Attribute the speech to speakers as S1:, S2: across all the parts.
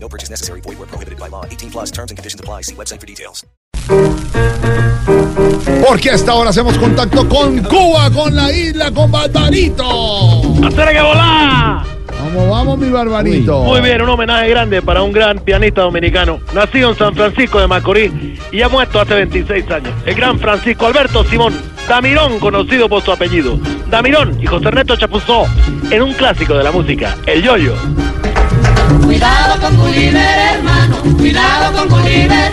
S1: No purchase necessary. Void where prohibited by law. 18 plus terms and conditions apply. See website for details.
S2: Porque hasta ahora hacemos contacto con Cuba, con la isla, con Barbarito.
S3: ¡Hacer que volar!
S2: Vamos, vamos, mi Barbarito.
S3: Muy bien, un homenaje grande para un gran pianista dominicano, nacido en San Francisco de Macorís y ha muerto hace 26 años. El gran Francisco Alberto Simón Damirón, conocido por su apellido. Damirón y José Ernesto Chapuzó en un clásico de la música, El Yoyo.
S4: Cuidado con Gulliver, hermano. Cuidado con Gulliver.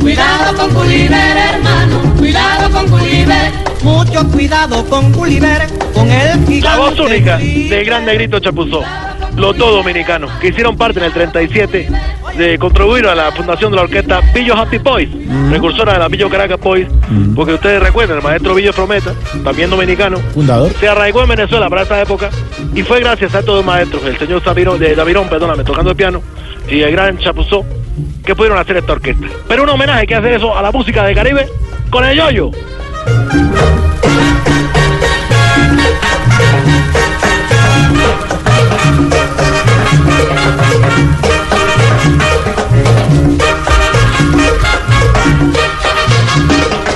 S4: Cuidado con Gulliver, hermano. Cuidado con Gulliver. Mucho cuidado con Gulliver. Con el gigante.
S3: La voz única del gran negrito Chapuzó. Los dos dominicanos que hicieron parte en el 37 de contribuir a la fundación de la orquesta Pillo Happy Boys, precursora de la Pillo Caracas Boys, porque ustedes recuerdan, el maestro Villo Prometa, también dominicano,
S2: Fundador.
S3: se arraigó en Venezuela para esa época y fue gracias a estos dos maestros, el señor Sabiro, de Davirón, perdóname, tocando el piano, y el gran Chapuzó, que pudieron hacer esta orquesta. Pero un homenaje que hacer eso a la música de Caribe con el yoyo.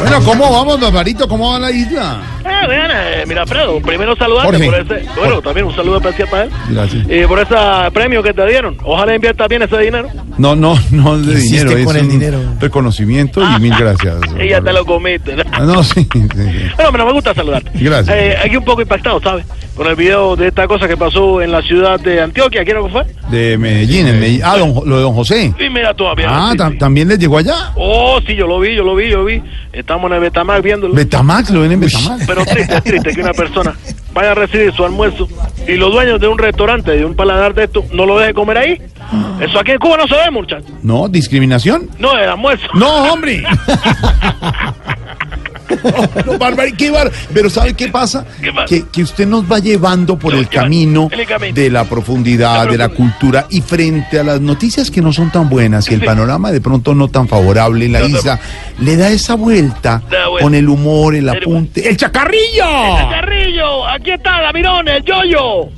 S2: Bueno, ¿cómo vamos, Barbarito? ¿Cómo va la isla?
S3: Ah, bien, eh, mira, Alfredo, primero saludarte
S2: Jorge.
S3: por ese. Bueno, también un saludo especial para él.
S2: Gracias.
S3: Y por ese premio que te dieron. Ojalá inviertas bien ese dinero.
S2: No, no, no de
S5: hiciste
S2: dinero.
S5: con
S2: es
S5: el
S2: un
S5: dinero?
S2: Reconocimiento y mil gracias.
S3: Y ya te lo comiste.
S2: Ah, No, sí, sí, sí.
S3: Bueno, pero me gusta saludarte.
S2: Gracias.
S3: Eh, aquí un poco impactado, ¿sabes? Con el video de esta cosa que pasó en la ciudad de Antioquia, ¿quiero que fue?
S2: De Medellín, en Medellín. Ah, don Jo- lo de don José.
S3: Sí, mira todavía.
S2: Ah,
S3: sí,
S2: tam-
S3: sí.
S2: también les llegó allá.
S3: Oh, sí, yo lo vi, yo lo vi, yo vi. Estamos en el Betamax viéndolo.
S2: Betamax, lo ven en Betamax.
S3: Pero triste, triste que una persona vaya a recibir su almuerzo y los dueños de un restaurante, de un paladar de esto, no lo deje comer ahí. Eso aquí en Cuba no se ve, muchachos.
S2: No, discriminación.
S3: No, el almuerzo.
S2: No, hombre. No, Bárbara, qué bar- Pero ¿sabe qué pasa?
S3: ¿Qué pasa?
S2: Que, que usted nos va llevando por
S3: Nos
S2: el
S3: lleva-
S2: camino
S3: en el camino.
S2: de la profundidad,
S3: La
S2: de la
S3: profundidad.
S2: cultura y frente a las noticias que no son tan buenas y el
S3: Sí.
S2: panorama de pronto no tan favorable en la
S3: No tan-
S2: isla, le da esa vuelta
S3: Da vuelta.
S2: con el humor, el
S3: Pero-
S2: apunte. ¡El chacarrillo!
S3: Carrillo, aquí está Damirón, el yoyo.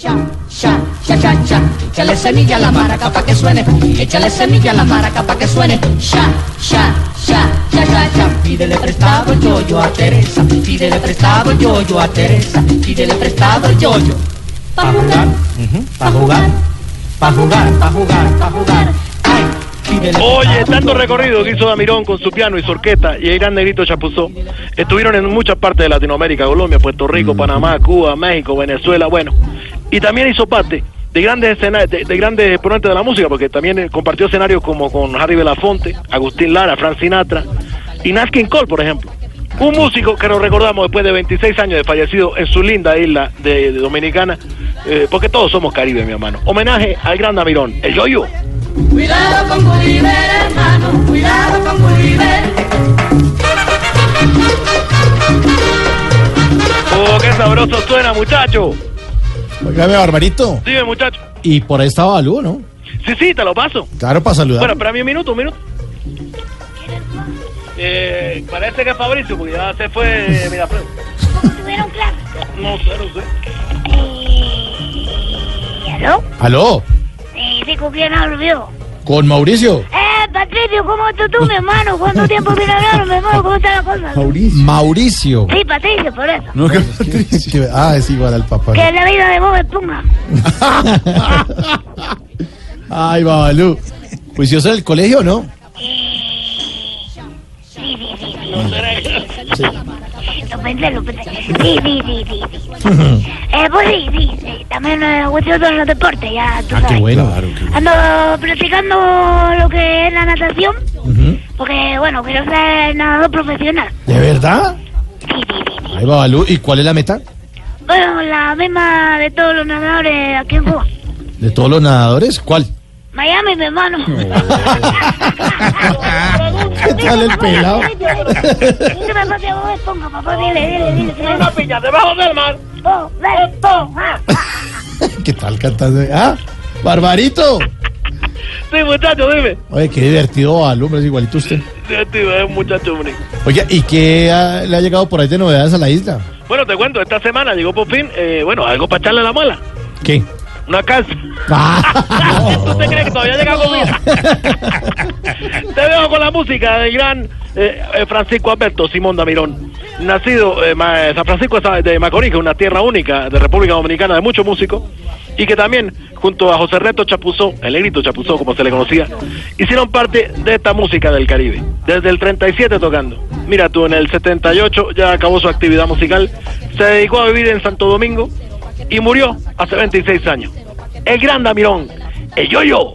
S6: Cha, cha, cha, cha, cha. Échale semilla a la maraca pa' que suene. Échale semilla a la maraca pa' que suene. Cha, cha, cha, cha, cha, cha. Pídele prestado el yoyo a Teresa. Pídele prestado el yoyo a Teresa. Pídele prestado el yoyo. Pa' jugar, pa' jugar, pa' jugar, pa' jugar, pa' jugar. Ay, pídele
S3: Oye,
S6: prestado
S3: tanto recorrido que hizo Damirón con su piano y su orquesta y el gran negrito Chapuzó. Estuvieron en muchas partes de Latinoamérica, Colombia, Puerto Rico, Panamá, Cuba, México, Venezuela, bueno. Y también hizo parte de grandes escena- de, de grandes exponentes de la música, porque también eh, compartió escenarios como con Harry Belafonte, Agustín Lara, Frank Sinatra y Nat King Cole, por ejemplo. Un músico que nos recordamos después de 26 años de fallecido en su linda isla de, de Dominicana, eh, porque todos somos Caribe, mi hermano. Homenaje al gran Damirón, el yoyo.
S4: Cuidado con Gulliver, hermano. Cuidado con Gulliver.
S3: Oh, qué sabroso suena, muchacho.
S5: Óigame, Barbarito.
S3: Dime, muchacho.
S5: Y por ahí estaba Balú, ¿no?
S3: Sí, sí, te lo paso.
S5: Claro, para saludar.
S3: Bueno, espérame un minuto, un minuto. Eh, parece que es Fabricio, porque ya se fue, mira, Alfredo.
S7: ¿Tuvieron clase?
S3: No sé, no sé.
S7: Eh, ¿Aló?
S5: Aló,
S7: Eh, sí, ¿con quién hablo yo?
S5: con Mauricio.
S7: Eh, Patricio, ¿cómo estás tú, mi hermano? ¿Cuánto tiempo que no hablaron, mi hermano? ¿Cómo está la cosa?
S5: Mauricio.
S7: Sí, Patricio, por eso.
S2: No, que-
S5: ah, es igual al papá.
S7: Que es la vida de Bob Esponja.
S5: Ay, Babalú. Juicioso del colegio, ¿no?
S7: Sí, sí, sí, sí. Lo pensé, lo pensé. Sí, sí, sí, sí. sí. eh, pues sí, sí, sí. También eh, gustoso en los deportes, ya tú sabes.
S5: Ah, bueno.
S7: Ando practicando lo que es la natación, porque, bueno, quiero ser nadador profesional.
S5: ¿De verdad?
S7: Sí, sí, sí.
S5: Ay, Babalú. ¿Y cuál es la meta?
S7: Bueno, la misma de todos los nadadores aquí en Cuba.
S5: ¿De todos los nadadores? ¿Cuál?
S7: Miami, mi hermano.
S5: Sale el pelado.
S7: Dime, papá, de Bob Esponja, papá, dile, dile, dile. dile.
S3: Una piña debajo del mar.
S7: Bob Esponja.
S5: ¿Qué tal cantando? ¿Ah? ¡Barbarito!
S3: Sí, muchacho, dime.
S5: Oye, qué divertido, alumbra, es igualito usted.
S3: Sí, tío, es un muchacho bonito.
S5: Oye, ¿y qué ah, le ha llegado por ahí de novedades a la isla?
S3: Bueno, te cuento, esta semana llegó por fin, eh, bueno, algo para echarle a la muela.
S5: ¿Qué?
S3: Una calza.
S5: Ah,
S3: ¿Tú te crees que todavía llega comida? Te veo con la música del gran eh, eh, Francisco Alberto Simón Damirón. Nacido eh, ma- eh, San Francisco de- de Macorís, una tierra única de República Dominicana de muchos músicos, y que también, junto a José Reto Chapuzó, el negrito Chapuzó, como se le conocía, hicieron parte de esta música del Caribe, desde el 37 tocando. Mira tú, en el 78 ya acabó su actividad musical, se dedicó a vivir en Santo Domingo y murió hace 26 años. El gran Damirón, el Yoyo.